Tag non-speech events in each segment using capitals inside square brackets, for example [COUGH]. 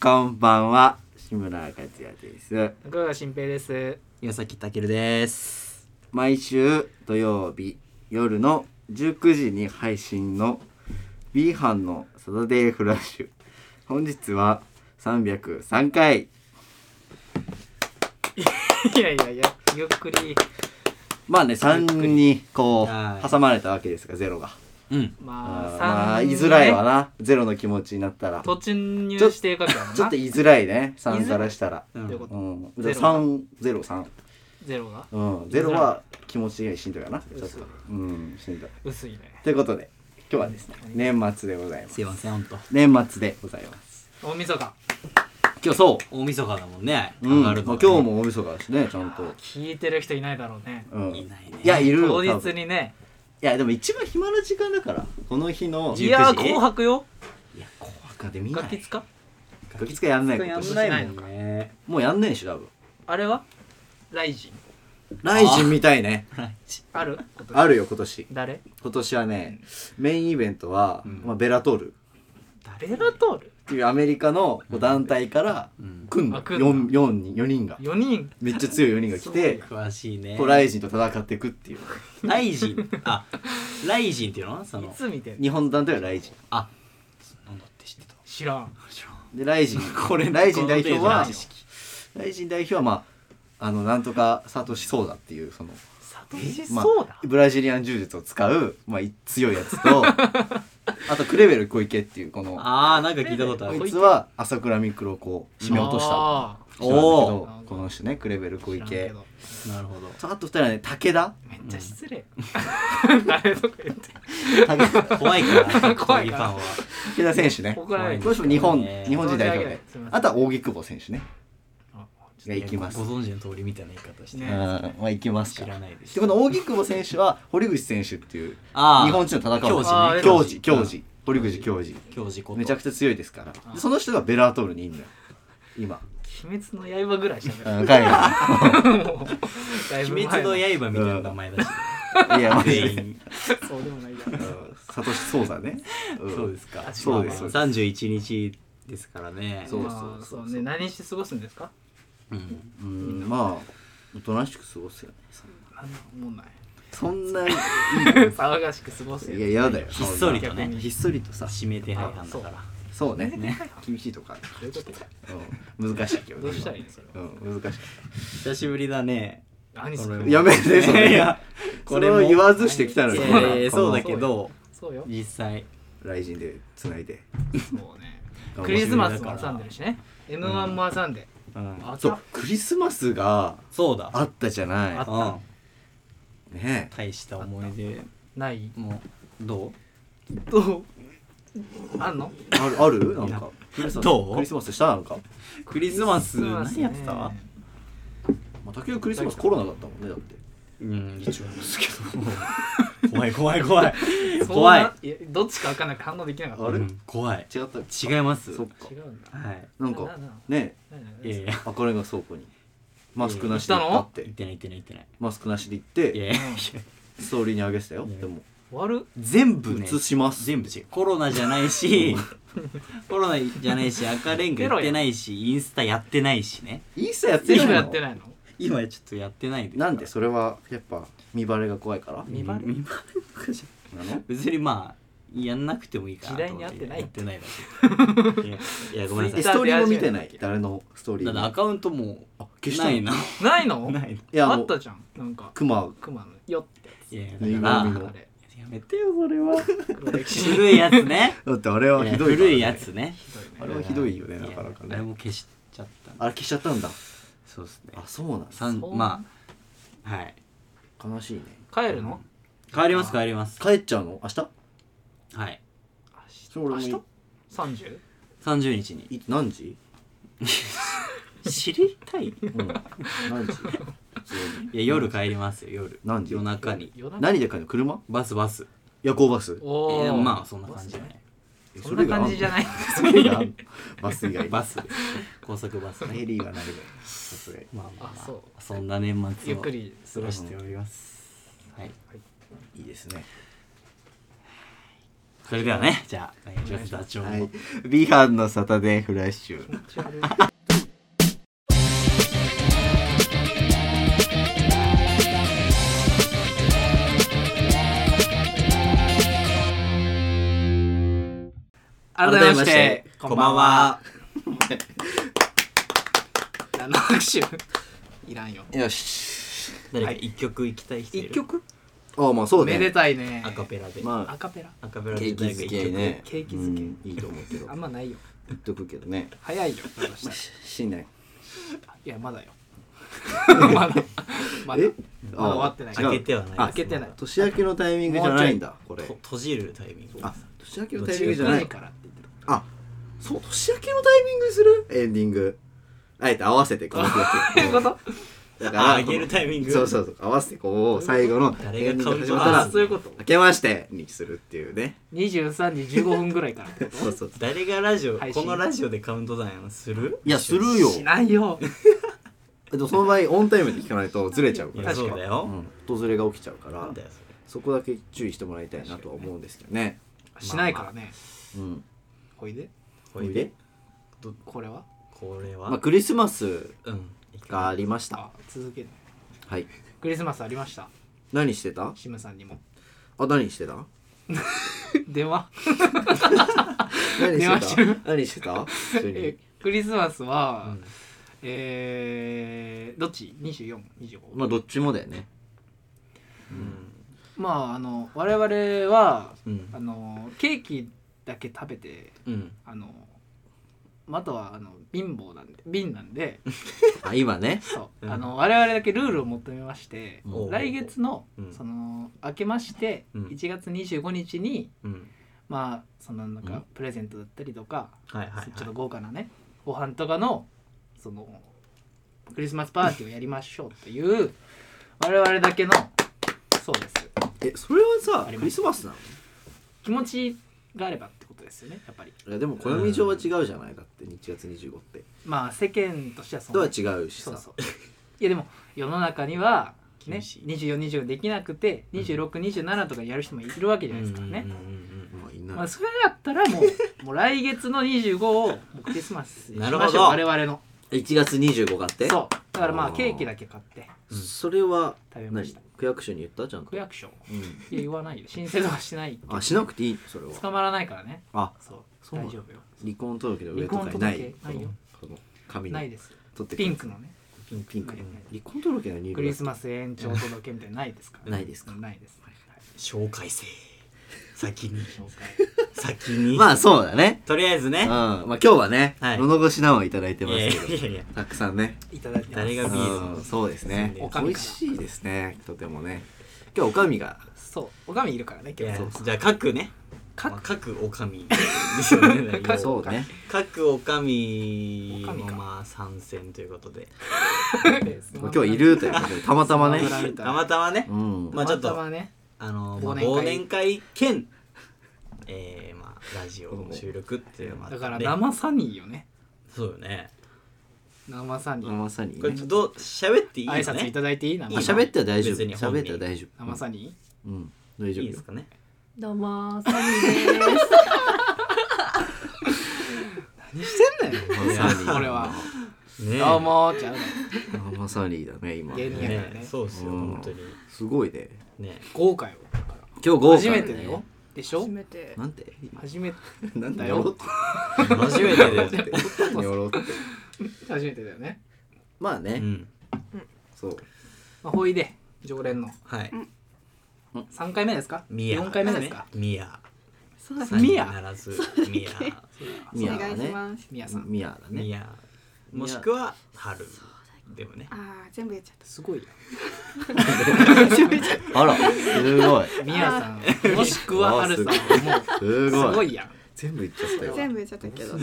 こんばんは、志村克也です。中川新平です。岩崎健です。毎週土曜日夜の19時に配信の B 班のサタデーフラッシュ。本日は303回。いやいやいや、ゆっくり、まあね、3にこはうい挟まれたわけですが、ゼロが。うん。まああ、ー三まあ、言人ねいづらいわな。ゼロの気持ちになったら。ちょっ突入していくわけだもんな。と言いづらいね、3からしたら。うというこん、とうん、ゼロ3、ゼロ、3。ゼロがうん、ゼロは気持ち的にしんどいかな。ちょっ薄とい。うん、しんどい。薄いね。ということで、今日はですね、年末でございますすい。ません、ほんと。年末でございます。大晦日。今日そ大晦日だもんね。う。うん、上まがある今の日。も大晦日ですね、ちゃんと。聞いてる人いないだろうね。うん。いないねや、いるよ。当多日分いにね。や、でも一番暇な時間だから、この日の。いやー、 19時紅白よ。いや、怖い。ガで見ない楽。器つかガキ使いやんないや今ん年ないもんね。もうやんないでしょ、多分。あれはライジン。ライジンみたいね。あるあるよ、今年。誰今年はね、メインイベントは、まあ、ベラトール。誰が通るっていうアメリカのこう団体からうん組んだあ組んだ4人4人が ?4 人。めっちゃ強い4人が来て詳しいね。こうライジンと戦っていくっていうライジン。あ、ライジンっていうのそいの、つ見てる日本の団体はライジあ、なんだって知ってた。知らん。ンでライジンこれライジン代表このは程度の知識ライジン代表はまああのなんとかサトシソーダっていうその、サトシまそうだあ、。ブラジリアン柔術を使う、まあ、い強いやつとあとクレベル小池っていうこのあー、なんか聞いたことあこるい。つは朝倉未来をこう締め落としたあ人なんだけどおーこの人ねクレベル小ー知らんけ池どなるほど。とあと2人はね武田めっちゃ失礼。 [LAUGHS] 誰とか言って。武田怖 [LAUGHS] いか怖いからら、こううファンは。池田選手ね。こ怒られる。の人も日本、ね日本人代表ですいま。せんあとは扇久保選手ね。あが行きます。ごうん、存知の通りみたいな言い方して。ねまあ行きます知からら。ないです。で、この扇久保選手は、堀口選手っていう、あー日本人の戦う。教授ね教授、教教授授。堀口教授。教授こと。めちゃくくちゃ強いですから。でその人がベラートールにいるのよ。今。鬼滅の刃ぐらいしゃべる。うん海外もうだいぶ鬼前滅のの刃みたいな名前だし。に。 [LAUGHS] いや、マジ全で。員。そうでもないや。うんサトシ・ソーザね。んそうですか。そうですそうです三十一日ですからね。そうまあそうそうね。何して過ごすんですか？うん。うん、まあ、おとなしく過ごすよね。なんもない。そんな、いい騒がしく過ごすのよ。いや、嫌だよ。ひっそりと逆ねに。ひっそりとさ。指名手配犯だから。そうねね厳しいとか、どういうこと？うん、難しいけどねどうしたらいいのそれは？うん、難し久しぶりだね。何すこるれいやめてそれいや、これを言わずしてきたのいに、やこれいやいやこのそうだけど、そうよ。実際。雷神で繋いでそうね。クリスマスも挟んでるしね。M1 も挟んで。うん。あそうクリスマスがそうだ。あったじゃあなったうん。いね大した思い出ない。もどどう？あんの？えあるあるなんいやかクリスマスどうクリスマスしたなんかう？クリスマスね何やってた？まあ、竹内クリスマスコロナだったもんねだってうん、一応ですけど。 [LAUGHS] 怖い怖い怖い。そんな怖い。やどっちか分かんなくて反応できなかった。あれうん怖い。違った違います。そっはか違うんだ。い。なんかね何いやい何や。赤レンガ倉庫にマスクなしで行ったって行ってない行ってない行ってない。マスクなしで行っいやていやいやストーリーにあげてたよいやでも終わる？全部ね映します全部違うコロナじゃないしコロナじゃないし赤レンガやってないしインスタやってないしねインスタやって全ない部のやってないの？今ちょっとやってないですなんでそれはやっぱ見バレが怖いから見バレ見バレとかじなゃの別にまあやんなくてもいいかなと思時代に合ってないやってないだけいやいやごめんな [LAUGHS] えさスいトーリーも見てない誰のストーリーだもからアカウントもあ消したなのいなないの？ないいやあもっうたじゃん。なんかクマ熊のよってやいやぬいぐだるみからのつ。あれ。やめてよそ [LAUGHS] れは黒歴史古いやつねだってあれはひどいからね古いやつねひどいねあれはひどいよねやなかなかねあれも消しちゃったんであれ消しちゃったんだそうですねあそうなんださんそうまあはい悲しいね帰るの？変わります変わります帰っちゃうの明日はいそれ俺明日も？三十？ 30日にいい何時知りたいい [LAUGHS] うん何時や夜帰りますよ夜何時夜中に夜中。何で帰るの車バスバス夜行バスいおやお。まあそんな感じじゃないえそんな感じじゃないない。それ以外あんのバス以外バス高速バスねヘリーはないよさすがにまあまあ,、あまあ、そうそんな年末ゆっをくり過ごしておりますはいいいですねそれではねじゃあお願いしますダチョウはもい、ビハンのサタデーフラッシュ。改めましてこんばんはあの拍手いらんよよし。誰か一曲行きたい人いる一曲ああ、まあそうめね。でたいねアカペラで、まあアカペラアカペラケでーキ誰か好一きや曲、ね。ケーキ好きうんいいと思うけどあ。んまないよ言っとくけどね。早いよだとしたら新年。 [LAUGHS] いやまだよまだまだえまだ終わってない違う開けてはないあ開けてない年明けのタイミングじゃないんだ、これと。閉じるタイミングあ、年明けのタイミングじゃな時い間。からって言ってるあ、そう、年明けのタイミングにするエンディング。あえて合わせてこの [LAUGHS] 曲。そういうことだあ上げるタイミングそうそうそう。合わせてこう、最後の誰がエンディング始まったあらそう、いうこと明けましてにするっていうね。 23時15分ぐらいから [LAUGHS] ってこそうそう。誰がラジオ配こ信のラジオでカウントダウンするいや、するとよ。しないよでもその場合、オンタイムで聞かないとずれちゃういかやら。そうだよ、うん、ずれが起きちゃうかなんらだよそれそこだけ注意してもらいたいなとは思うんですけどね。しないからねうん、おいでおいで、これはこれは、まあ、クリスマスうんがありましたあ。続けるはい。クリスマスありました何してた？シムさん [LAUGHS] にもあ、何して [LAUGHS] た？電話何電話ししててたる？何してた？普通にえ。クリスマスは、うんえーどっち ?24?25? まあどっちもだよね。うんまああの我々はうんあのケーキだけ食べてうんあのあとはあの貧乏なんで瓶なんであ、今ね。そううんあの我々だけルールを求めましておう来月のうんその明けましてうん1月25日にうんまあそのなんうんかプレゼントだったりとかはいはいはいちょっと豪華なねご飯とかのそのクリスマスパーティーをやりましょうという我々だけのそうですえ、それはさあ、りますクリスマスなの？気持ちがあればってことですよねやっぱりいやでも暦上は違うじゃないだって1月25って。まあ世間としてはそとはの違うしそさう。そう [LAUGHS] いやでも世の中にはね厳しい2425できなくて2627とかやる人もいるわけじゃないですからね、うんうんうんうんまあいなまいあ、。それだったらもうもう来月の25をもうクリスマスにしましょうなるほど我々の1月25があって。そうだからまああーケーキだけ買ってうん。それは食べま何した区役所に言ったちゃんと区。役所うん。いや言わないよ申請とかしないあ、しなくていいそれは。捕まらないからねあ、そうそうな大の丈夫よ離婚届の上とかにない離婚届ないよこのこの紙にないです取ってくるピンクのねピンピンクないない離婚届の入クリススマス延長届けみたいなのないですから、ないですかないです、はい紹介せ先に紹介先にまあそうだねとりあえずうんねまあ今日はねはい物腰談をいただいていまやいすやけいやどいやたくさんねいただいてます誰がビールうんそうですねお上から美味しいですねとてもね今日おかみがそうおかみいるからねい今や日そうそうじゃあ各ね各まあ各おかみですよね各要は [LAUGHS] そうね各おかみお上もかまあ参戦ということで今日いるということでたまたまねスマブラみたいたまたまねうんまあちょっとたまたまねあの忘年会忘年会兼えーまあラジオの収録っていうのもあっただんでから生サニーよねそうよね生サニー、まさにこれねどう喋っていいの挨拶いねただいていいなあ喋っては大丈夫別に本人喋っては大丈夫生サニうん大い丈夫いでよすかねどうもサニーです。ー、何してんだよまさにこれはねえどうもーちゃうのまさにだね今芸人やねねそうっすようん本当にすごいねね豪華よ今日豪華初だねめてだよでしょ初めて。なんて初めてなん [LAUGHS] だだよよ初めてだよって [LAUGHS] ニョロって初めてだよねまあうねんそうまあほいで常連のはい3回目ですかミヤ4回目ですかミヤそうですさね。んミにヤならずミヤおミヤ願だいしねます。みやさんミヤだミねヤもしくは春でもねああ全部やっちゃっすごいよあらすごいみやさんもしくは春さんはもすうすごごいいやん全部いっちゃったた。よ全部やっちゃったけど。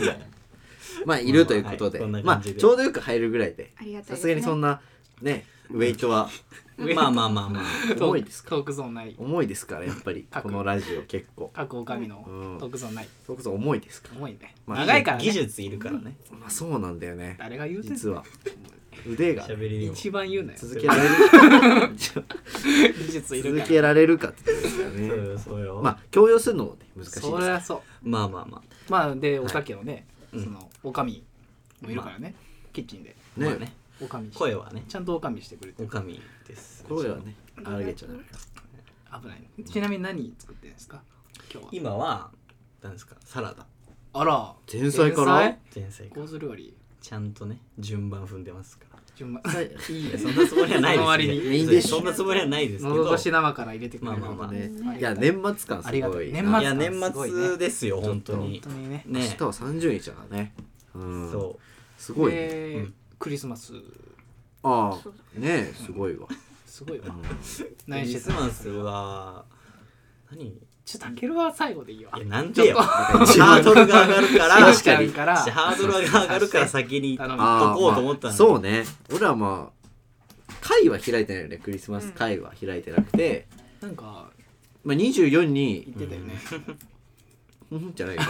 まあいるということではいこんなまあ感ちじでょうどよく入るぐらいでありがたいですねさすがにそんなねウェイト [LAUGHS] はまあまあまあまあ重いですかトークゾーンない重いですからやっぱり各このラジオ結構各おかみのうんトークゾーンないそれこそ重いですから重いねまあ長いから技ね術いるからねまあそうなんだよね誰が言うてんの実は腕が喋りにも一番言うなよ続けら [LAUGHS] れる技術いる続からけられるかってことですよそうねよそうよまあ強要するのもね難しいですそりゃそうまあまあままあでお酒をね、うんそのおかみもいるからね、キッチンであね,、まあ、ねねおかみして声はねちゃんとおかみしてくれておるかみですこれはねあげちゃダメ危ないねちなみに何作ってるんですか今日は今は何ですかサラダあら前菜から前菜かコーズ料理ちゃんとね順番踏んでますから順番はいいいいやそんなつもりはないその割でにすメインディねッシュそんなつもりはないですけのどど越し生から入れてくれるまあまあまあねねいや年末感あすりがとごうい年いや末年感すごいね末ですよ本当本に当にね明ね日は30日だからねうんそすごいねでうんクリスマスあそうあねえすごいわすごいわうん [LAUGHS] う何クしリてスたマスは何いちょっとたけるは最後でいいわやなんでよちょっとハードルが上がるからしちゃうからハードルが上がるから先に言っ頼とむああこうと思っまたあのそうね俺はまあ会は開いてないよねクリスマス会は開いてなくてなんかまあ24言にってたよね「うん」じゃない [LAUGHS] よ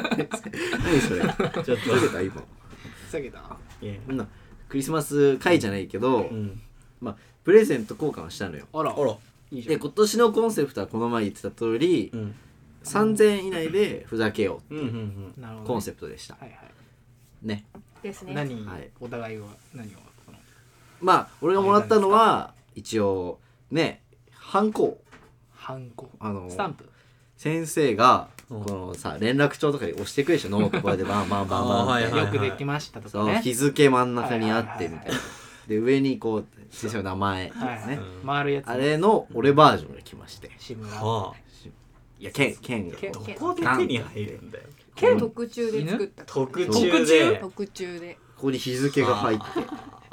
何それうちょっふざけた今下げたといやそんなクリスマス会じゃないけど、うんプレゼント交換をしたのよあらあらいいじゃでん今年のコンセプトはこの前言ってた通り、うん3000円以内でふざけようんうんうんなるうほどコンねセプトでしたはいはいねですね何、はいお互いは何をこのまあ俺がもらったのは一応ねハンコハンコあのスタンプ先生がうんこのさ連絡帳とかに押してくれるでしょノートこうやってバンバンバ [LAUGHS] ンバンあーはいってはいよくできましたとかそうね日付真ん中にあってみはたいいはいなで上にこう先生の名前はいはい、ねうん回るやつあれの俺バージョンが来まして志村はあいや剣剣が剣どこで手に入るんだよ剣特注で作った特特注注で特注でここに日付が入って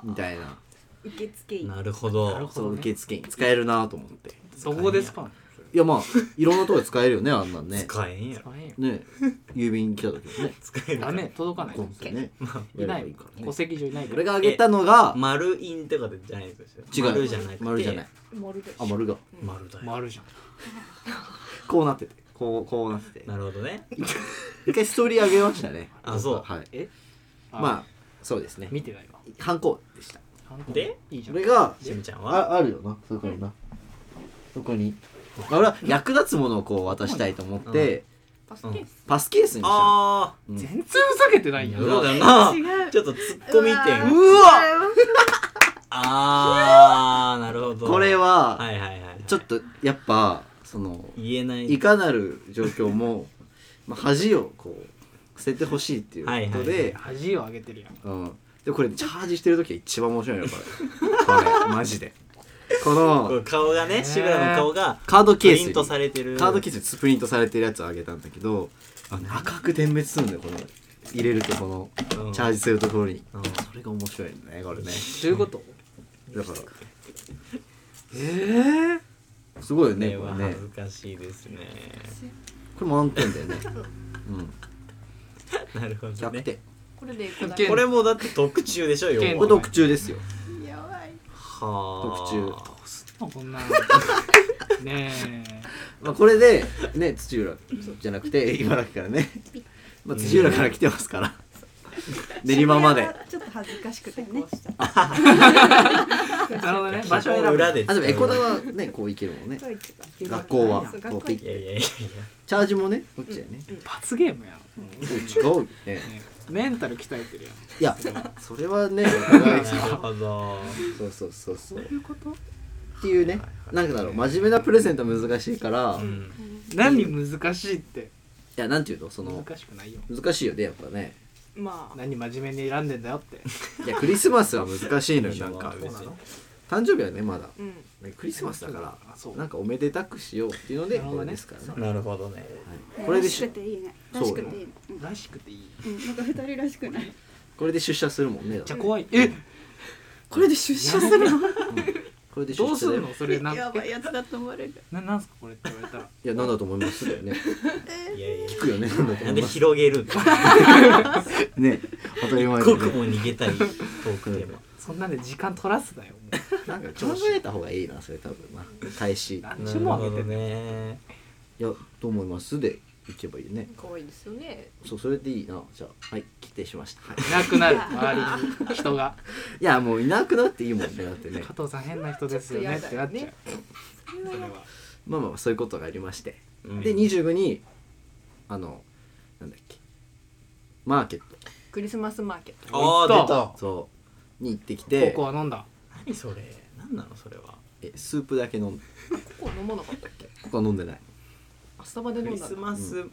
みたいな受付員なるほどなるほそう受付に使えるなと思ってどこですかいやまあいろんなとこで使えるよねあんなんね使えんや使ろえんよね郵便来た時もね使えるかダメ届かないゴンってねいないか戸籍上いないから俺があげたのが丸インとかでじゃないですよ違う丸じゃなくて丸じゃないモルであ丸が丸だよ回るじゃんこうなっててこうこうなっててなるほどね一回ストーリーあげましたねあそうはいえまあそうですね見てないわハンコでしたハンコでいいじゃん俺がしみちゃんはああるよなそこになそこに俺は役立つものをこう渡したいと思ってパスケースパスケースにしたのあうん全然ふざけてないあやそんうだな違うちょっとツッコミう点ああなるほどこれははいはいはいちょっとやっぱその言えないいかなる状況もまあ恥をこう捨ててほしいっていうことはいはいで恥を上げてるやんうんでもこれチャージしてる時が一番面白いのよこれこれマジでここれの顔がへねー志村の顔がカードプケースリンにトされてるカードケースにスプリントされてるやつをあげたんだけどあの赤く点滅するんだよこの入れるとこのうんチャージするところに、うんそれが面白いのねこれねどういうことだからええすごいよこねれこはれね恥ずかしいですねこれ満点だよねうんなるほど100ね点これでこ剣これもだって特注でしょよ [LAUGHS] 剣これ特注ですよやばいはあ特注こんなねえまあ、これで、ね、土浦じゃなくて茨城からね、まあ、土浦から来てますから練馬まであちょっと恥ずかしくてねなるほどね場場所所選をぶ裏ででもエコダはねこう行けるもんね学校はこうピいやッいやいやいやチャージもねこっちだよね、罰ゲームやんお違うよねねメンタル鍛えてるやんいやそれ [LAUGHS] はねお互いなるほどそうそうそうそうっどういうことていうねなんかだろう真面目なプレゼントは難しいから、ういん何難しいってやなんていうのその難しくないよ難しいよねやっぱねま [LAUGHS] 何真面目に選んでんだよっていやクリスマスは難しいのよなんかそうなの誕生日はねまだあうんねクリスマスだかあそうらなんかおめでたくしようっていうのでなるほこどれねですからねなるほどねこれでらししくていいねそうらしくていいねうんらしくていいうんなんか二人らしくないこれで出社するもんねだってじゃあ怖いえこれで出社するのこれで出 [LAUGHS] どう社すする [LAUGHS] るのそれなん [LAUGHS] やばいやつだと思われるななんすかこれって言われたらいやなんだと思いますだよねいやいや聞くよねなんだとな思んいでます広げるのね当たり前刻も逃げたいトークテーマそんなんで時間取らすなよも [LAUGHS] うなんか考えた方がいいなそれ多分な大使い何なちゅるうもほんあげどてんのねやと思いますで行けばいいよね可愛いですよね。そうそれでいいなじゃあはい決定しました、はい、いなくなる周りに人がいやもういなくなっていいもんねだってね加藤さん変な人ですよねってなっちゃうそれまはあまあまあそういうことがありまして、うんで25にあのなんだっけマーケックリスマスマーケット。行っあー出たトたそうに行ってきこてこは飲ん [LAUGHS] だ何それ何なのそれはえスープだけ飲んでここ飲まなかったっけ？ここは飲んでない [LAUGHS] あスタバでク飲んリだスの。マス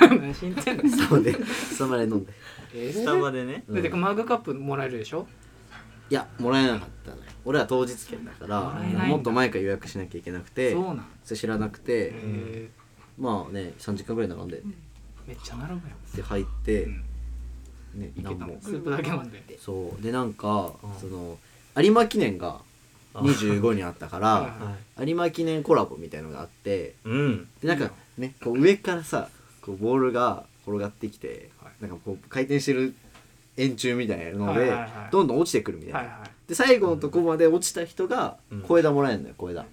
何しんてんのスタバでスタバで飲んで、えスタバでねうんでマグカップもらえるでしょいやもらえなかったのよ俺は当日券だからもらえないんだもっと前から予約しなきゃいけなくてそうなんそれ知らなくて、えまあね3時間ぐらい並んで、ーめっちゃ並ぶよで入って、うんねいけ何たももんスープだけ飲んでそうでなんか、うんその有馬記念があ25にあったか [LAUGHS] はいらははい有馬記念コラボみたいのがあってうんでなんかねこう上からさこうボールが転がってきて、はいなんかこう回転してる円柱みたいなので、はいはいはいどんどん落ちてくるみたいな、はいはで最後のとこまで落ちた人がうん小枝もらえるのよ小枝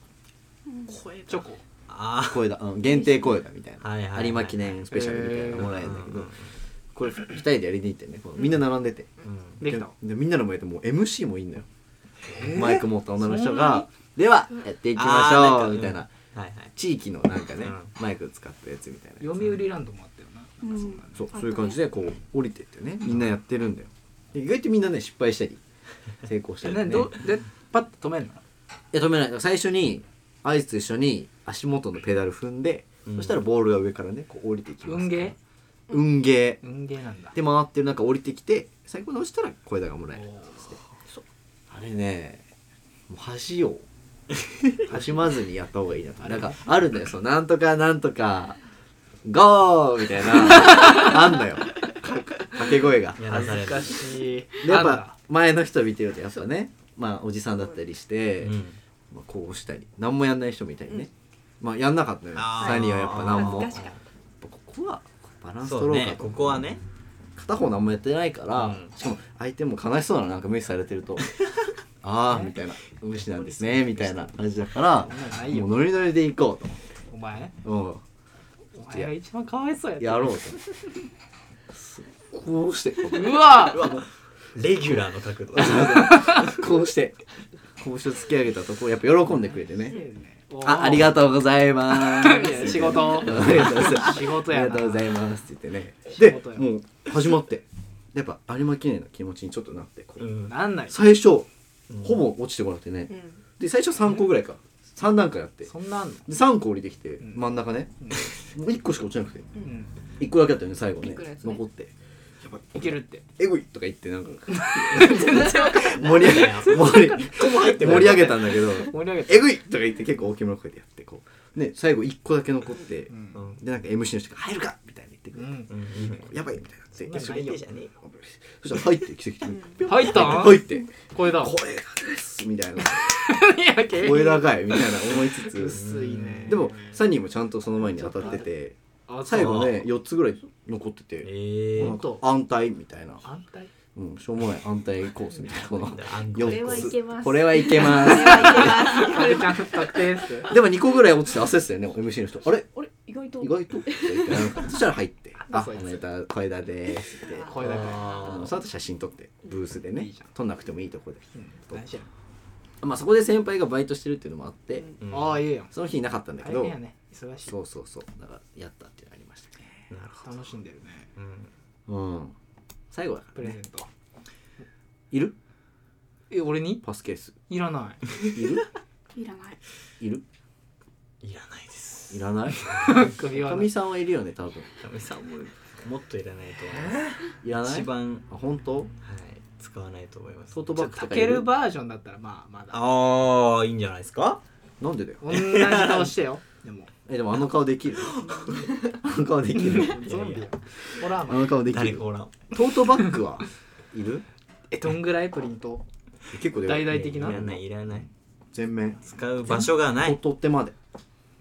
声いチョコあ小枝、うん、限定小枝みたいな、はいはいはい有馬記念スペシャルみたいなのもらえるんだけど、うんこれ2人でやりに行ってねこうみんな並んでて、できたでみんなの前でもう MC もいいんだよ、えーマイク持った女の人そんなが「ではやっていきましあーなんょかう」うんみたいなはいはい地域のなんかね、うんマイク使ったやつみたいな読売ランドもあったよななんかそんなのそうそういう感じでこう降りてってねみんなやってるんだよで意外とみんなね失敗したり成功したえり、ね、何どでパッと止めんのいや止めない最初にアイスと一緒に足元のペダル踏んで、うんそしたらボールが上からねこう降りてきます運ゲー運ゲー運ゲーなんだーで回ってる中降りてきて最後に落ちたら小枝がもらえるおーあれねもう恥 [LAUGHS] を恥じまずにやった方がいいなとあれなんねかあるんだよそのなんとかなんとかゴーみたい [LAUGHS] なあんだよか掛け声がやらされるしいでやっなんだぱ前の人見てるとやっぱねまあおじさんだったりして、うんまあ、こうしたり何もやんない人もいたりね、まあやんなかったよあ3ー人はやっぱ何もや恥っずかしかっぱたここはバランスそ取うろうかねとここはね片方何もやってないから、うんしかも相手も悲しそうなのなんか無視されてるとああみたいな無視なんですねみたいな感じだからそんなのないもようノリノリで行こうお前と、うん、お前が一番かわいそうやったやろうとこうしてこううわレギュラーの角度こうして拳を突き上げたとこうやっぱ喜んでくれてねあ、ありががとうございますいや。仕事 [LAUGHS] うんありがとうございます。仕事あやなりがとうございますって言ってね。仕で、事やもう始まって、やっぱ有馬記念の気持ちにちょっとなって、こううんなんない最初うんほぼ落ちてこなくてねう。ん。で最初三個ぐらいか、三段階あって、でそんなんあんの三個降りてきてん真ん中ね、もう一個しか落ちなくて、うん一個だけだったよね最後ね一個のや、つね残って。いけるってえぐいとか言ってなんか盛り上げ盛り盛り上げたんだけど盛り上げてえぐいとか言って結構大きめの声でやってこうね最後1個だけ残って、んうんでなんか MC の人が「入るか!」みたいに言ってくうれて、んうんいいねやばいみたいになってそんなのないよえそれ手じゃねえよそしたら入って奇跡的にピョン入ったん入って「声だ声がです」みた [LAUGHS] いなや「声だかい」みたいな思いつつ薄いねでも3人もちゃんとその前に当たっててあ最後ね4つぐらい残っててえなんーか安泰みたいな、反対うん、しょうもない安泰コースみたいな [LAUGHS] この安4つこれはいけますこれはいけますあれちゃんと立って [LAUGHS] ってでも2個ぐらい落ちて焦ってたよね MC の人あれあれ意外と。意外とって言ってなん [LAUGHS] かそしたら入って「あそいつおめでとう小枝です」って声だかあのその後写真撮ってブースでいいねじゃん撮んなくてもいいとこで、ら大事やまあ、そこで先輩がバイトしてるっていうのもあって、うんうんああいいやんその日いなかったんだけ大ど、変やね忙しいそうそうそうだからやったっていうのありましたねなるほど楽しんでるねうんうん最後だかプらレゼねントいるえ俺にパスケースいらない [LAUGHS] いるいらないいるいらないですいらない首輪かのみさんはいるよね多分神さんももっといらないと思いますいらない一番あ本当はい使わないと思いますトートちバょッグかとかいけるるバージョンだったらまあまだああいいんじゃないですかなんでだよ同じ顔してよ [LAUGHS] でもえでもあの顔で [LAUGHS] きるあの顔できるゾンビやホラーあマンの顔でき誰るかおらんトートバッグはいるえどんぐらいプリント結構で大々的ないらないいらない全面使う場所がない取ってまで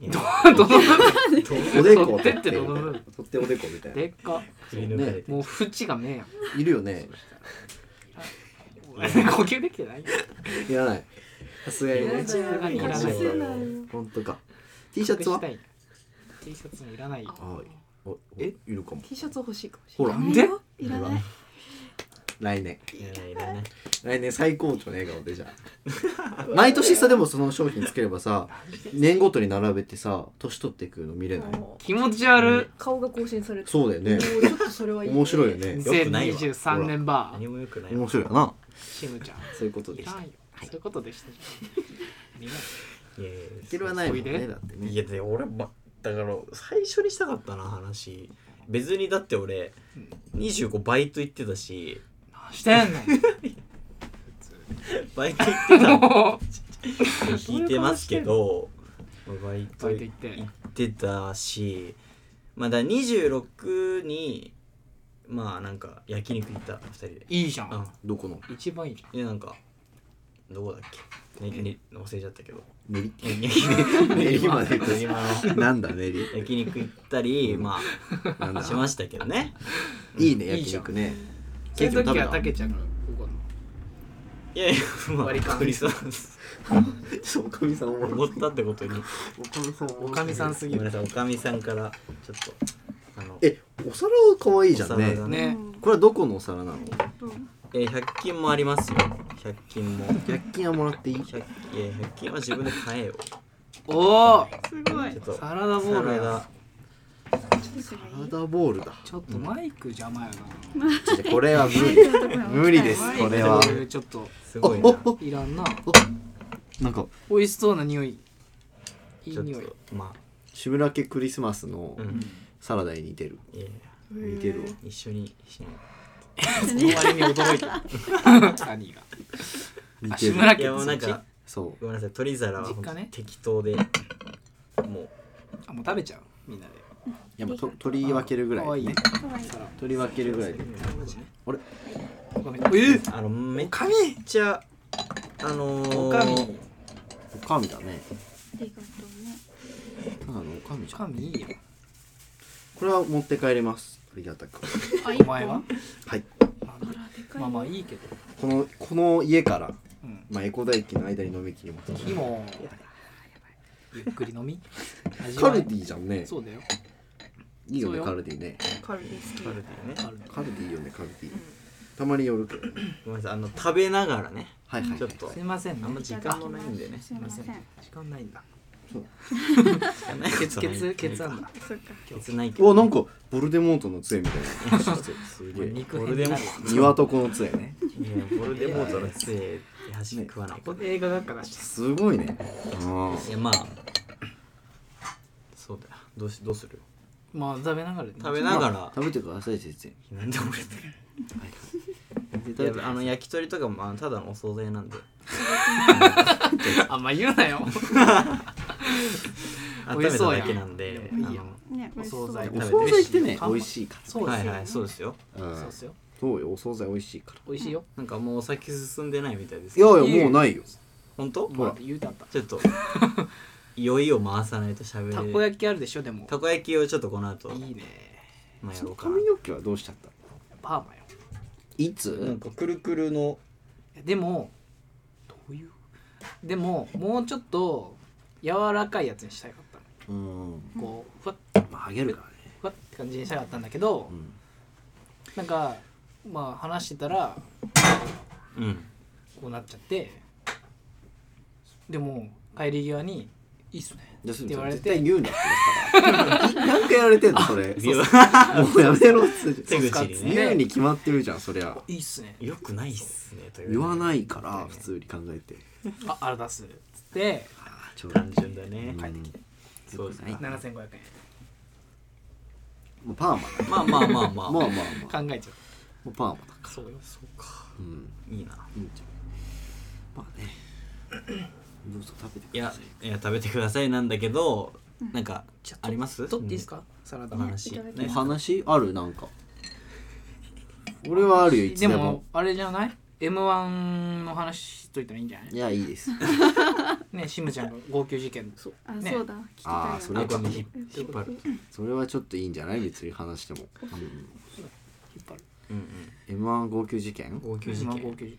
いやどの部おでこ取ってってどの部分取っておでこみたいなでっか振り抜かれてもう縁がねいるよねえやん [LAUGHS] 呼吸できてないいらないさすがにねいらないいらない本当か T シャツは隠したい T シャツもいらないよあおえいるかも T シャツ欲しいかもしほれらないらでないよいらない来年いらないいらない来年最高潮の笑顔でじゃあ [LAUGHS] 毎年さでもその商品つければさ年ごとに並べてさ年取っていくの見れないもう気持ち悪顔が更新されてそうだよねもうちょっとそれはいい面白いよねよくないわ2023年バー何もよくない面白いよなしむちゃんそういうこといでしらたんよそういうことで [LAUGHS] したじゃんいらんいやいやいけるはないもんおいでねだっていねやで俺ばだから最初にしたかったな話別にだって俺25バイト行ってたし何して [LAUGHS] んのバイト行ってたのも聞いてますけどバイうバトイト行行ってってたしまあだから26にまあなんか焼肉行った2人でいいじゃんうどこの一番いいじゃんんでなんかどこだっけ、ねね、忘れちゃったけど [LAUGHS] 練り焼肉練りまで行く練馬のなんだ練り焼肉行ったりまなんあだしましたけどねいいねいい焼じゃん肉ねその時はたケーキも食べけちゃんがここのいやいやま割りあ勘クリスマスたそうおかみさんお思ったってことにおかみさんおかみさんすごぎめるんなさいおかみさんからちょっとあのえお皿可愛いじゃんおね皿がうねんこれはどこのお皿なのうんえー100均もありますよ100均も100 100均はもらっていいいや100均は自分で買えよおおすごいちょっとサラダボサールラやダちょっとサラダボールだちょっとマイク邪魔やなちょっとこれは無いい理ね男や無理ですこれはちょっとすおごいなおおいらんななんか美味しそうな匂いいいちょっ匂いとまあ志村家クリスマスのうんサラダに似てるいやいや似てるわ一緒に一緒にその割に驚いた何が似あて志る村い家やもうのななんかそごめんなさい取り皿は実家ねほんと適当でもうあもう食べちゃうみんなでうやっぱと取り分けるぐら可愛いいね可愛い皿取り分けるぐらいであれおかみえあのめっかみちゃあのー、おかみおかみだねありがとうねただのおかみおじゃんかみいいやんこれは持って帰れますありがたくあお前ははいあらでかいまあまあいいけどこのこの家からうんまあエコ大機の間に飲み切ります火もゆっくり飲みカルディィじゃんねそうだよいいよそうねよカルディねカルディカルディねカルディカルディいいよねカルディたまに寄るけどねごめんなさいあの食べながらねはいはいはいちょっとすいませんねあんま時間もないんでねすいません時間ないんだケ血血血あんだそっかケツないけどおなんかボルデモートの杖みたいなすげえ肉ボ片ルにデなるモ庭とこの杖ねいやボルデモートの杖で箸食わないここで映画学科出してすごいねうんいやまあそうだよどうしどうするまあ食べながらね食べながら食べてください先生なんで俺絶い対やあの焼き鳥とかもあのただのお惣菜なんであんま言うなよ温美味めたしそうだやんけなんでいいやんあのね美味しそうお惣菜おべて惣菜ってね美美味味ししいか [LAUGHS] そうではすいよはいそうですよらうんそうですよそうよお惣菜美味しいから美味しいよなんかもうお酒進んでないみたいですいやいやもうないよ本当ほら言うてあったちょっと [LAUGHS] 酔いを回さないと喋れたるこ焼きあるでしょでもたこ焼きをちょっとこの後いいねまあやろうかな髪の毛はどうしちゃったパーマよいなつんかくるくるのいやでもどういうでももうちょっと柔らかいやつにしたかったのうんこうふわっまあハゲるからねふわって感じにしたかったんだけど、うんなんかまあ話してたらうんこうなっちゃってでも帰り際に「いいっすね」じゃあすっみて言われ絶て対言うんだってだから何回やられてんのそれいやもうやめろっつ [LAUGHS] って手口にね言うに決まってるじゃんそりゃ「いいっすねよくないっすねという言わないから普通に考えて」あ「あら出す」っつってちょうど単純だね帰ってきそうですね7500円もうパーマまあまあまあまだあまあまあまあ考えちゃもうパーマだうそうよそうかうんいいないいんじゃんまあねどうぞ食べていやいや食べてくださいなんだけどなんかあります取っていいっすかサラダお話いただきまおね話あるなんか俺はあるよいつででももあれじゃない m 1の話しといたらいいんじゃないいやいいですねしむちゃんが号泣事件あねそうだ聞きたいあわーそれなんか引っ張るそれはちょっといいんじゃない別に話しても、うん、引っ張るうん M1 号泣事件うん号泣事 M1 号件泣事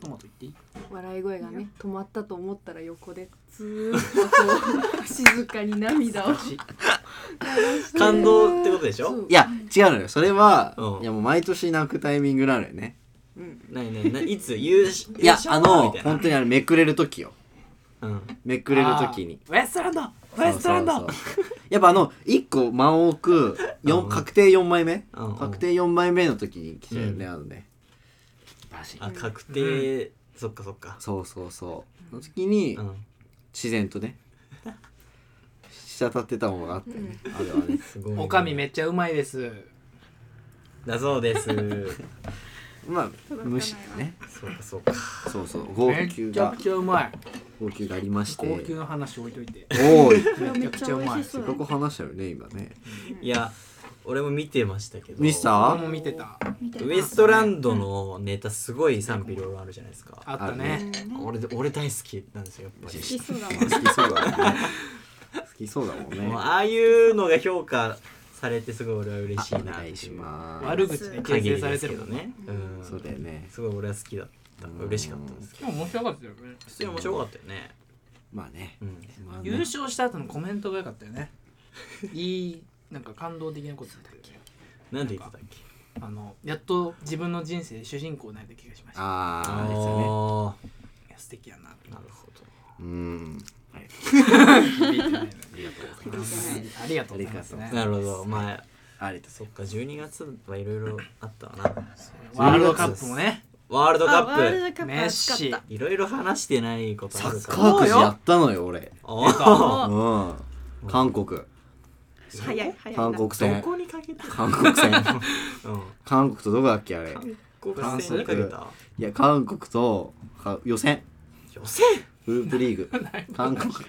トマトいっていい笑い声がね止ま [LAUGHS] ったと思ったら横でずーっとこう静かに涙を感動ってことでしそょういや違うのよそれは、うんいやもう毎年泣くタイミングなのよねなになにないつ優勝いやあのみたいな本当にあれめくれる時ようんめくれる時にウエストランドウエストランドそうそうそうやっぱあの1個間を置くうよんん確定4枚目うん確定4枚目の時に来ちゃうよね、あのね確かあ確定、そっかそっかそうそうそうその時に、うん自然とね滴ってたものがあったよね、あれはねすごいにねおかみめっちゃうまいですだそうですまあ無視ねそうかそうかそうそう号めっ泣ちゃがくちゃうまい号泣がありまして高級の話置いといておいこれめっちゃ美味しそうここ話したよね今ねいや俺も見てましたけどミスタ俺ーも見てた見てたウエストランドのネタすごい賛否両論あるじゃないですかあったあねうん好俺俺大好きなんですよやっぱりきそうだわ好きそうだもんね好きそうだもんもうねああいうのが評価されてすごい俺は嬉しいおな願いします悪口で形限成りさでれすてけるどもんねねうんそうだよねすごい俺は好きだったうん嬉しかったんですけど今日面白かったよね普通に面白かったよねまあねうんまあね優勝した後のコメントが良かったよねいいなんか感動的なことだったよねなんで言ってたっけあのやっと自分の人生で主人公になれた気がしましたあああれですよねあいや素敵やなってーなるほどうんはい響いてないのにありがとうございますねなるほどまああれですそっか12月はいろいろあったわなワールドカップもね [LAUGHS] ワールドあカワールドッカップメッ熱かっシたプいろいろ話してないことサあるッかカーらくじやったのよ俺おーうあん韓国早い早いな韓国戦どこにかけた韓国戦うん韓国とどこだっけあれ韓ラン国ス戦にかけたいや韓国とか予選予選グループリーグ韓国と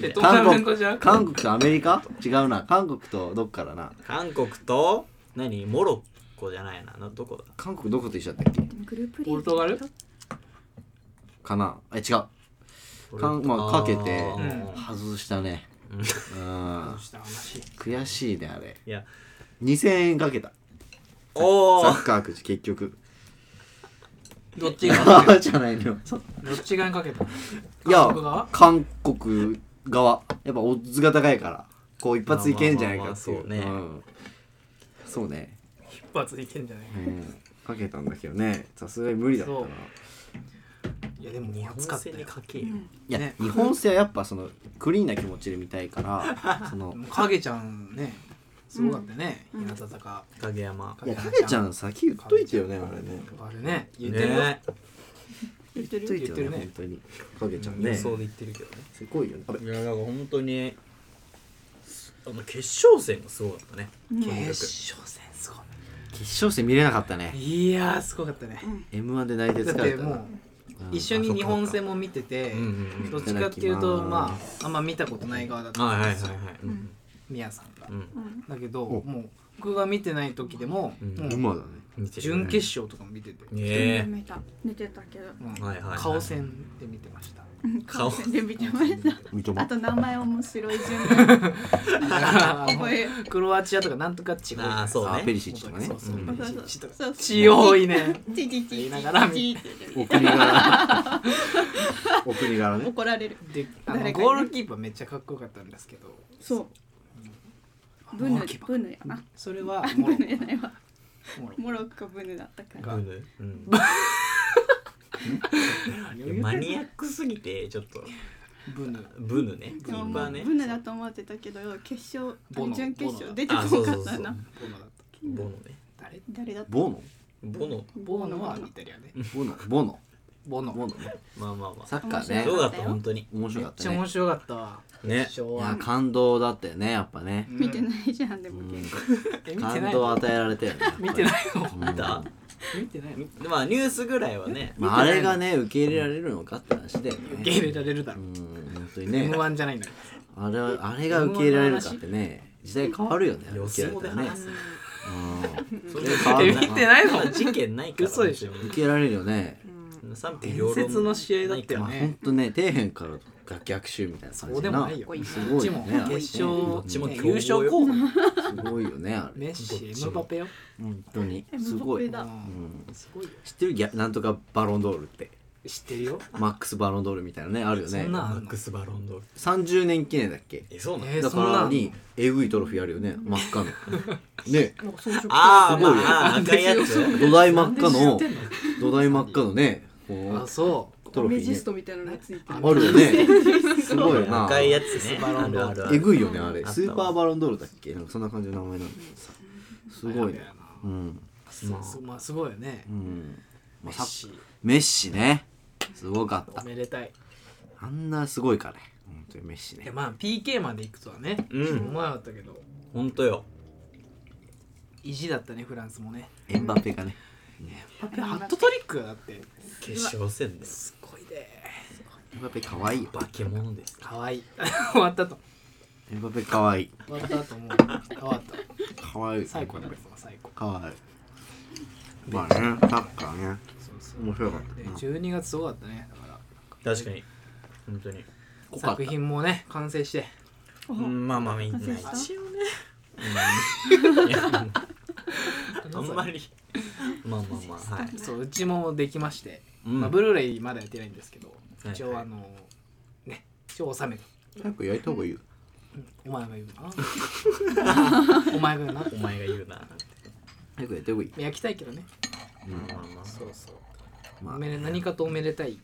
でトーナ韓メント国じゃん韓国とアメリカ違うな韓国とどっからな韓国と何モロッコじゃないななどこだ韓国どこと一緒だったっけでもグループリーポグルトガルかなえ違う韓まあかけてうん外したねうんうんそうした話悔しいねあれいや2000円かけたおサおッカーくじ結局どっちがああじゃないのよどっち側にかけたいや韓韓国側国側やっぱオッズが高いからこう一発いけんじゃないかっていう、まあまあまあまあんそうね、一発いけんじゃないうん、かけたんだけどねさすがに無理だったなそういやでも日暑かった本戦よにかけよいや、ね日本戦はやっぱそのクリーンな気持ちで見たいから [LAUGHS] そのもう影ちゃんねすごかったね日向坂影山いや影ちゃん先言っといてよねあれねあれね言ってるよね言っといてよね言本当に影ちゃん予ねす想で言ってるけどねごいよねあれいやなんか本当にあの決勝戦がすごかったね決勝戦すご決勝戦見れなかったねいいやーすごかったね m 1で泣いてだ疲ってれたなもう一緒に日本戦も見ててうんうんどっちかっていいただうときままああんま見たことない側だっうんはいたんはいですはよいはいうんみやさんがうんうんだけどおもう僕が見てない時でもうんもう今だね見てる準決勝とかも見ててね全え部見た寝てたけどうんはいはいはい顔戦で見てましたうん顔顔で見てました三笘あと名前面白い順番覚え [LAUGHS] クロアチアとかなんとか違うああそうあペねリシッチとかねそうそううんそう血とかそう血多いねちちち言いちながらちお国柄 [LAUGHS] お国柄ね怒られるであ誰のかにゴールキーパーめっちゃかっこよかったんですけどそうブヌゴールキーパーブヌやなそれはあモブロヌやないわモロモロッコブヌだったからブヌうん [LAUGHS] いやッコマニアックすぎてちょっとブヌブヌねキでもーパーねブヌだと思ってたけど決勝ボノ準決ボノ勝出てこあなそうかそっうそたうなボノだったボノね誰誰だったボノボノボノはイタリアねボノボノボノボノねまあまあまサッカーあねどう面白だった本当に面白めかっっちたゃ面ね白かったわね決勝いはや感動だったよねやっぱねうん見てないじゃんでうもんえ見てな感い動をの与えられたよね見てないうんの見た見てないのみまあニュースぐらいはねまあ、あれがね受け入れられるのかって話だよね受け入れられるだうろん本当にね M1 じゃないんだかあれあれが受け入れられるかってね時代変わるよね予受け想入でれられた話らねすうんそそんれな変わらえる見てなないの事件ないから嘘でしょ受け入れられるよね賛否両伝論説の試合だったよまあ本ね当ね底辺からが逆襲みたいな感そうじでもないよここっっすごいちよもねあれね決ど勝っちもね強豪優勝候補すごいよねあれメッシエムバペよ本当にすごい、エうムバペだん、すごいよ知ってるギャなんとかバロンドールって知ってるよマックス・バロンドールみたいなねあるよそねんなんマあんックス・バロンドール30年記念だっけえそうなのえーだそんからなんにえぐいトロフィーあるよね真 [LAUGHS] っ赤のねなんか装飾あーすごいよまあ赤いやつ土台真っ赤なんので知って土台真っ赤のねこんのあのそトロフメィジースねトみたいなのがついてるあるよ [LAUGHS] ねすごいよな赤いやつねバロンドールあるあるあえるぐいよねああれったわスーパーバロンドールだっけなんかそんな感じの名前なんだけどさすうごいやべねえなうんそうそうまあすごいよねうんまあメサッッシメッシねすごかったおめでたいあんなすごいからね本当にメッシいやねまあ PK まで行くとはねうん思わなかったけどほんとよ意地だったねフランスもねエンバペがねハットトリックだって決勝戦ですすごいねエンバペ可愛いよ化け物ですかわいい [LAUGHS] 終わったとエンバペ可愛い終わったと思う終わった可愛い最高だけど最高可愛いまあねサッカーねそうそう面白かったでな12月すごかったねだから確かに本当に濃かった作品もね完成してうんまあまあみんな完成した一応ねうんいや [LAUGHS] あんまりまあまあまあはいそううちもできまして、うんまあ、ブルーレイまだやってないんですけど、い一応あのね一応収めて早く焼いた方がいいよお前が言うな [LAUGHS] お前が言うなお前が言うななんて早く焼いた方がいい焼きたいけどねまあまあまあそうそう、まあおめで何かとおめでたい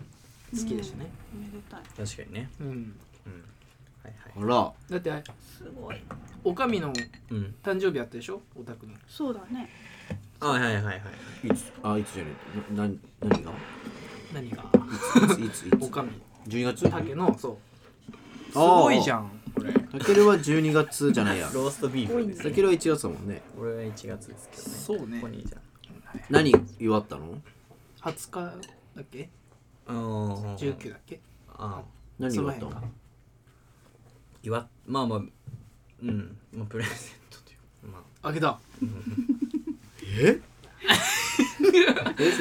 好きでしたねおめでたい確かにねうん、うんはいはいほらだってすごいおかみのうん誕生日あったでしょおたくのそうだねあはいはいはいはいいつあいつじゃねえなな何が何がいついついつ [LAUGHS] おかみ12月たたけのそうすあーごいじゃんこれけるは12月じゃないやローストビーフですたけるは1月だもんね俺は1月ですけどねそうねここにじゃ何祝ったの20日だっけあうん19だっけあ何祝っそたのの辺祝っまあまあうんまあプレゼントというかまあげたええ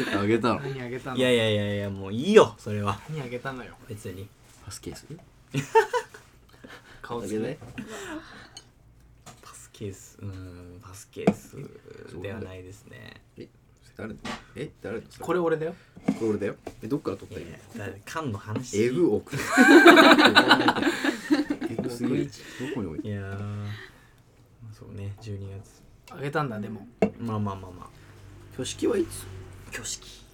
それあげたの何あげたあのいやいやいやいやもういいよそれは何あげたのよ別にパスケース顔あつげきないパスケースうんパスケースではないですねえ誰のえ誰のこれ俺だよこれ俺だよえどっから取いった今やいやだって缶の [LAUGHS] 話エグ奥エグすぎるどこに置いいてやーまあそうね12月あげたんだでもまあまあまあまあ挙式はいつ挙式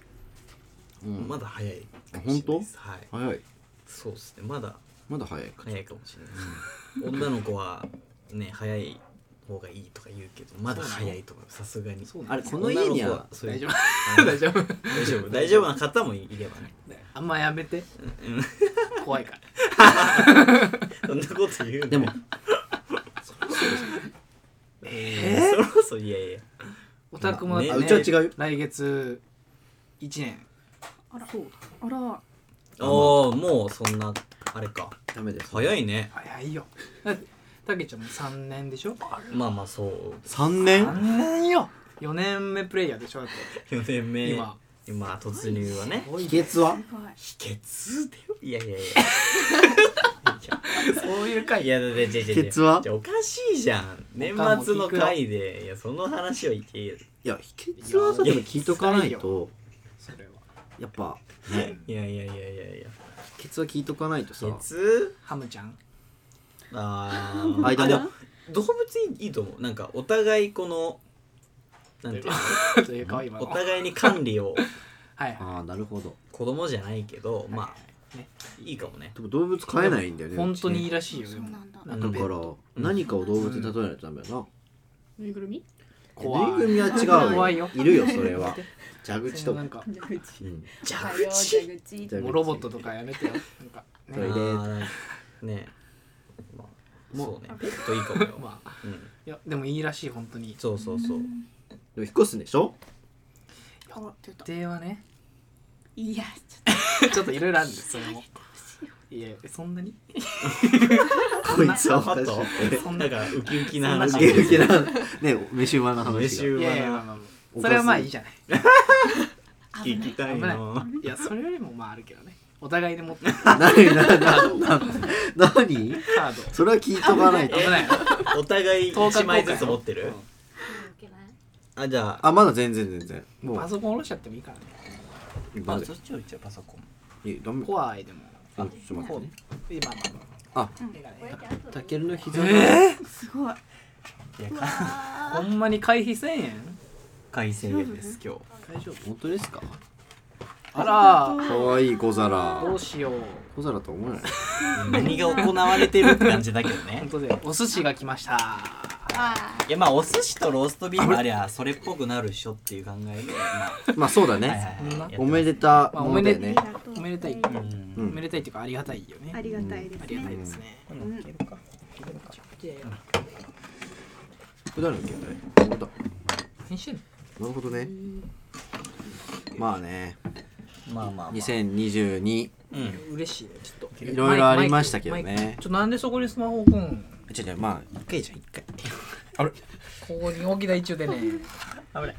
うんまだ早いあ本当はい早いそうですねまだまだ早いか早いかもしれないです女の子はね早い方がいいとか言うけどまだ早いとかさすがにそうあれなんですこよの家に女のは子そういう大丈あ夫 [LAUGHS] 大丈夫大丈夫大丈夫な方もいればねあんまやめてうん怖いからそんなこと言うでも [LAUGHS] えそろそろいやいやおたくもだってあねうちは違うよ来月1年あらそうだあらああもうそんなあれかダメです早いね早いよだってたけちゃんも3年でしょまあまあそう3年3年よ4年目プレイヤーでしょだって4年目今今突入はね秘訣はすごい秘訣だよい [LAUGHS] やいやいそういうや回いやだってじゃじゃ秘訣はじゃおかしいじゃん年末の回でいやその話をいけいいや秘訣はさいや聞いとかないとそれはやっぱやいやいやいやいや秘訣は聞いとかないと秘さ訣ハムちゃんあ [LAUGHS] 間ーあもでも動物いいと思うなんかお互いこのなんていうというかわいい今のおの互いに管理をはいはああなるほど子供じゃないけ [LAUGHS] どいまあねあいいかもねでも動物飼えないんだよね本当にいいうらしいよそでうもなんだなちんねだからん何かを動物に例えないとダメだなぬいぐるみぬい怖ぐるいみは違う怖いよいるよそれ [LAUGHS] は蛇口そとのなかんかじゃあうちうん蛇口口蛇口もうロボットとかや [LAUGHS] めてよなんかあトイねレーねまあそうねペットいいかもよまあうんいやでもいいらしい本当にそうそうそうでも引っ越すんでしょあ出た定はねいやちょっといろいろあるんですそれもいやそんなに [LAUGHS] こいつはパッと私そんななんかウキウキなウ話キウキなね飯馬の [LAUGHS] 飯話がういまやいやまあまあまあそれはまあいいじゃない聞きたい危ないないやそれよりもまああるけどねお互いで持ってる何何何何何カ [LAUGHS] ードそれは聞いとかないと危ないお互い等価交1換枚ずつ持っ [LAUGHS] てるあじゃああまだ全然全然もパソコン下ろしちゃってもいいからねうマジっちを一応パソコンえダメ怖いでもあちょっと待ってね今まあたけるの膝がすごい。あほんまに回避せんやん海鮮円です今日大丈夫本当ですかあ可愛い小皿らどうしよう小皿とは思えない何が行われてるって感じだけどね本当だよお寿司が来ましたいやまあお寿司とローストビーフありゃそれっぽくなるっしょっていう考えで、ままあそうだあ、はいはねいはいおめでたまあものだよねありがとうおめでたいうんうおめんでたいっていうかありがたいよねありがたいですありがたいね。ですねうんこれ誰だっけあれこれだ編集なるほどねまあねまあまあ、まあ、 2022うん嬉しいねちょっといろいろありましたけどねマイクマイクちょっとなんでそこにスマホ置くん違う違うまあ一回じゃん一回ここに大きな一応でね危ない危ない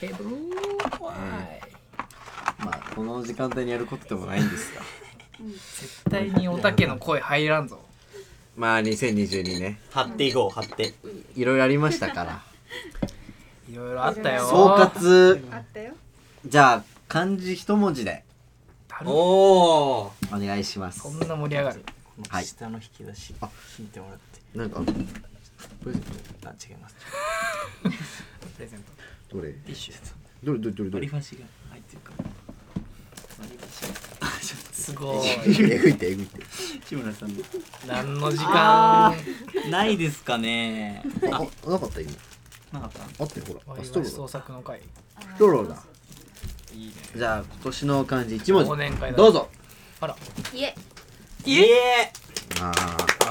ケーブル怖い [LAUGHS] まあこの時間帯にやることでもないんですが絶対におたけの声入らんぞまあ2022ね貼っていこう貼っていろいろありましたからいろいろあった [LAUGHS] よ総括あったよ。 [LAUGHS] じゃあ漢字一文字でだるおおお願いしますそんな盛り上がるはい下の引き出し引いてもらってなんかあ違いますプレゼントどれティッシュどれどれどれどれ箸が入ってるかすごえいぐいってえぐいって志村さんの何の時間ないですかねああなかった今なかったあってほらあ我々ストロー創だ作の会ストローだいいねじゃあ今年の漢字一文忘字年会だどうぞあら家家あ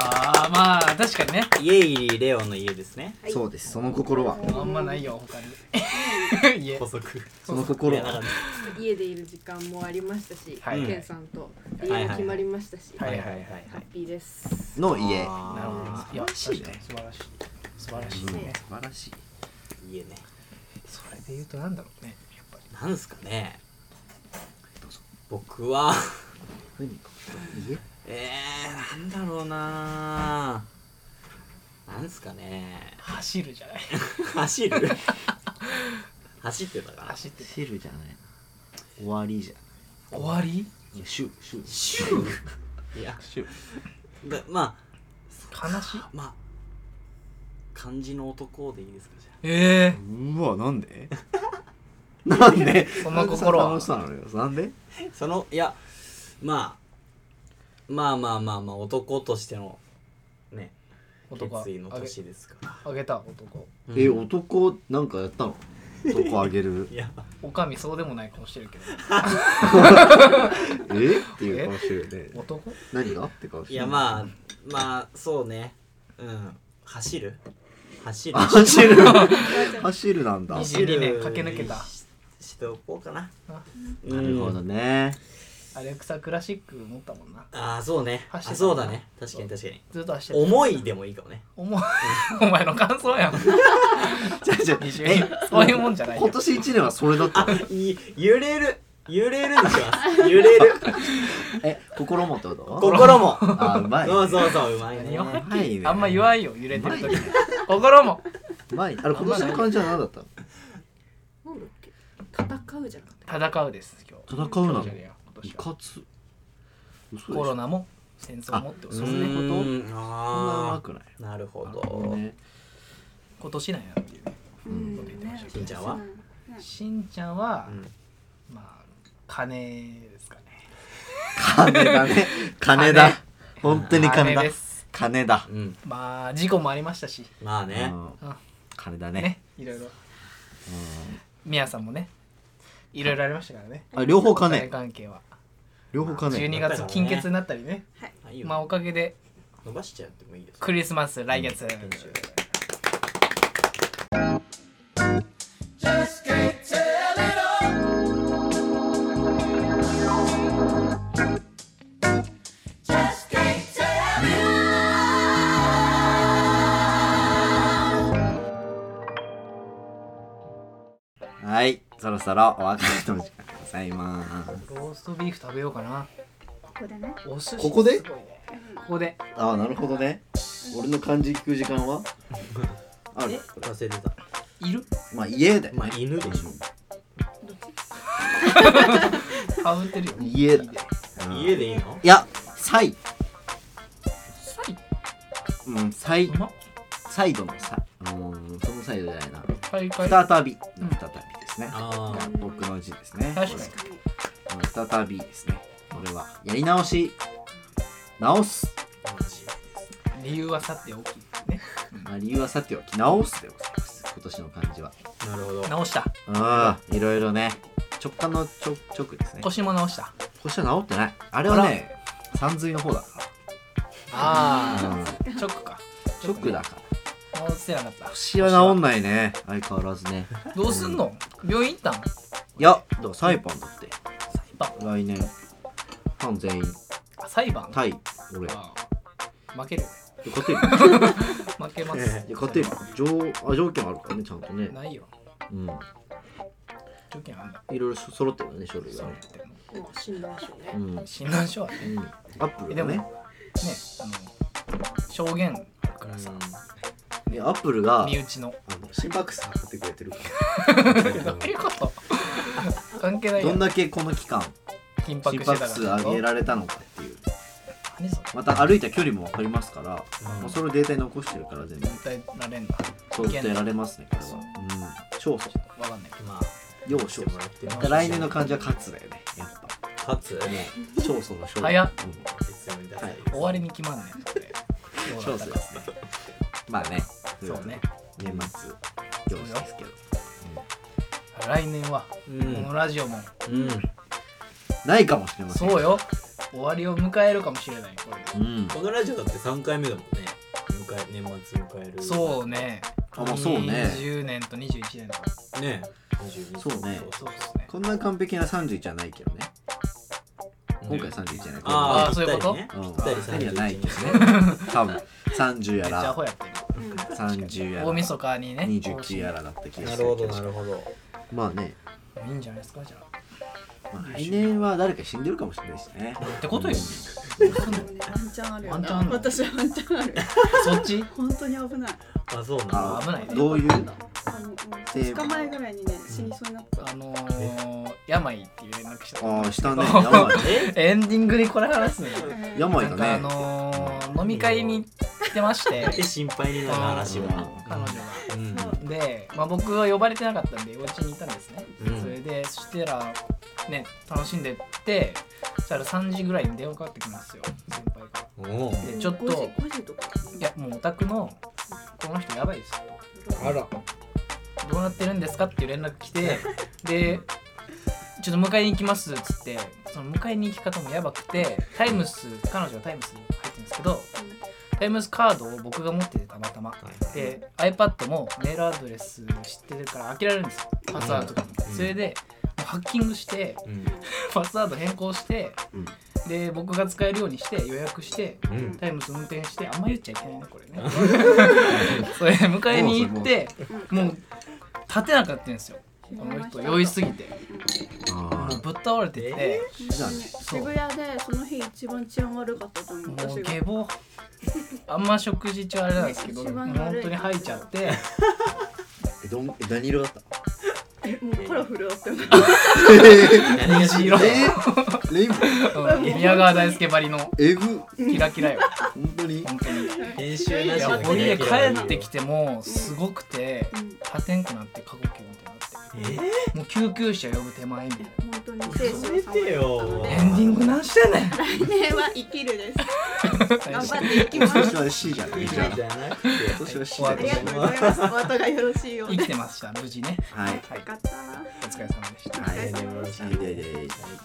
あーまあ確かにね家入りレオの家ですねあそうですその心はあんまないよ他に [LAUGHS] いえ補足その心いやなんはか家でいる時間もありましたし、はいケンさんとはい家はいも決まりましたし、はいはいはいハッピーです。の家あーなるほどいや素晴らしいね確かに素晴らしい素晴らしいうん素ね晴らしい家ねそれで言うとなんだろうねやっぱりなんですかね僕は何か家えー、なんだろうななんですかね走るじゃない [LAUGHS] 走る走ってたかな走ってシルじゃない終わりじゃ終わりないいやシュシュシューいやシュだま悲しいあまあ漢字の男でいいですかじゃえうわなんでなんでその心はなんでそんな楽しさなのよなんであそのいやまあまあまあまあまあ男としてのね男は決意の年ですからあげた男うんえ男なんかやったの男あげる [LAUGHS] いやおかみそうでもない顔してるけえっていう顔してるよどね男何がって顔しているやまあまあそうねうん走る走 [LAUGHS] る走る走るなんだ走走るいいね駆け抜けたししておこうかなあうんなるほどねアレクサクラシック持ったもんなああそうねあ走ってたそうだね確かに確かにずっと走って重いでもいいかもね重い [LAUGHS] お前の感想やんじゃじゃえそういうもんじゃないよ [LAUGHS] 今年一年はそれだったあい揺れる揺れるにします揺れるえ心もってこと心もあうまいねそうそうそううまいね何をうまいねあんま言わんよ揺れてる時に心もうまいあれ今年の漢字は何だったのなんだっけ戦うじゃなかった。戦うです今日戦うな今の日じゃねえや今い年はかつ嘘でしコロょナも戦争もってことうそーんなことんそんなうまあくないーなるほなるどほどね今年なんやっていうねうんこと言ってましたけしんちゃんはどしんちゃんはうんまあ金ですかね金だね金だ本当に金だです金だうんまあ事故もありましたしまあねうん金だねねいろいろみやさんもねいろいろありましたからねあ両方お金金関係は両方金12月金欠になったりねあいいよまあおかげで伸ばしちゃってもいいですクリスマス来月はいそろそろお別れの時間でございますローストビーフ食べようかなここでね。お寿司ここですごいねここでああなるほどね俺の漢字聞く時間 [LAUGHS] はある忘れてたいるまあ家だよまあね犬でしょあぶってるよ家だ家でいいのいやサイサイうんサイうまサイドのサうんそのサイドじゃないな大会再びうん再びですねああ僕の字ですね確かうん再びですねこれはやり直し直すに理由はさておきねまあ理由はさておき直すでございます今年の漢字はなるほど直したああいろいろね直感の直直ですね腰も直した腰は治ってないあれはね三髄の方だかあら、うん、あ直か直だから直せなかった腰は治んないね相変わらず [LAUGHS] ねどうすんの病院行ったんいやだからサイパンだって裁判来年ファン全員あ裁判タイ俺であー負ける勝 [LAUGHS] てる負けますで勝てる条あ条件あるからねちゃんとねないようん条件あんだいろいろ揃ってるね書類がそれねってまあ診断書ねうん、うん、ア診断書はねップルでがもねねあの証言あるからさいやアップルが身内のあの心拍数測ってくれてるからど [LAUGHS] ういうこと関係ないどやんんだけこの期間緊心迫拍してたから数上げられたのかっていう何それまた歩いた距離も分かりますから、うんもうそれをデータに残してるから全部訴えられんだそう伝えられますねこれはうん勝訴わかんないけまあ要勝もらって訴来年の漢字は勝つだよねやっぱ勝つね勝訴の勝ど早っ別に出さない終わりに決まんねんそれ勝訴ですねまあねそうね年末行事ですけど来年はうこんのラジオもうんないかもしれませんそうよ終わりを迎えるかもしれないこれでうんこのラジオだって三回目だもんね迎え年末迎えるそうねあまあそうね20年と21年とうね22そうねそうですねこんな完璧な31じゃないけどね今回31じゃないけどああーそういうことぴったりうねんぴったりぴったりはない31けどね多分30めやっちゃアらホやってる30やら大晦日にね29やらだった気がなするほるけどなるほどまあねいいんじゃないですかじゃあまあ来年は誰か死んでるかもしれないしねってことよワンチャンあるよワンチャンなあるの私ワンチャンあるそっち本当に危ないあそうなあん危ないねどういうあのもう2日前ぐらいにね死にそうになったあのー病っていう連絡したああしたねやばいえエンディングでこれ話すのよ病なんかだあねのー飲み会に行ってましてで心配になる話は彼女がうんで、まあ、僕は呼ばれてなかったんでお家にいたんですね、うんそれでそしたらね楽しんでってそしたら3時ぐらいに電話かかってきますよ先輩かおおらでちょっと5時5時とかいやもうオタクのこの人やばいですとあらどうなってるんですかっていう連絡来 [LAUGHS] てでちょっと迎えに行きますっつってその迎えに行き方もやばくてタイムス彼女がタイムスに入ってるんですけどタイムスカードを僕が持っててたまたまで iPad もメールアドレス知ってるから開けられるんですよパスワードとかもうんそれでもうハッキングしてうんパスワード変更して、うんで僕が使えるようにして予約してうんタイムズ運転してあんま言っちゃいけないねこれねそれで迎えに行ってもう立てなかったんですよこの人酔いすぎてあもうぶっ倒れてて、じゃあね渋谷でその日一番治安悪かったと思うもう私が下坊あんま食事中あれなんですけど一もう番悪い本当に吐いちゃってえどんえ何色だったえもうカラフルだったよね何しろえーレインボー宮川大輔ばりのえぐキラキラよ本当に本当に。編集いなしやだほいでけど帰ってきてもすごくてうん立てんくなって過呼吸みたいになっえてもう救急車呼ぶ手前みたいな本当に生死をやめてよエンディングなんしてんねん [LAUGHS] 来年は生きる [LAUGHS] です頑張っていきます今年は C じゃないいいじじゃあゃ今なくて年は C 終だわっあてりがとうございますお後がよろしいよう生できてました無事ねはいはいよかったお疲れ様でしたはいはいはいはい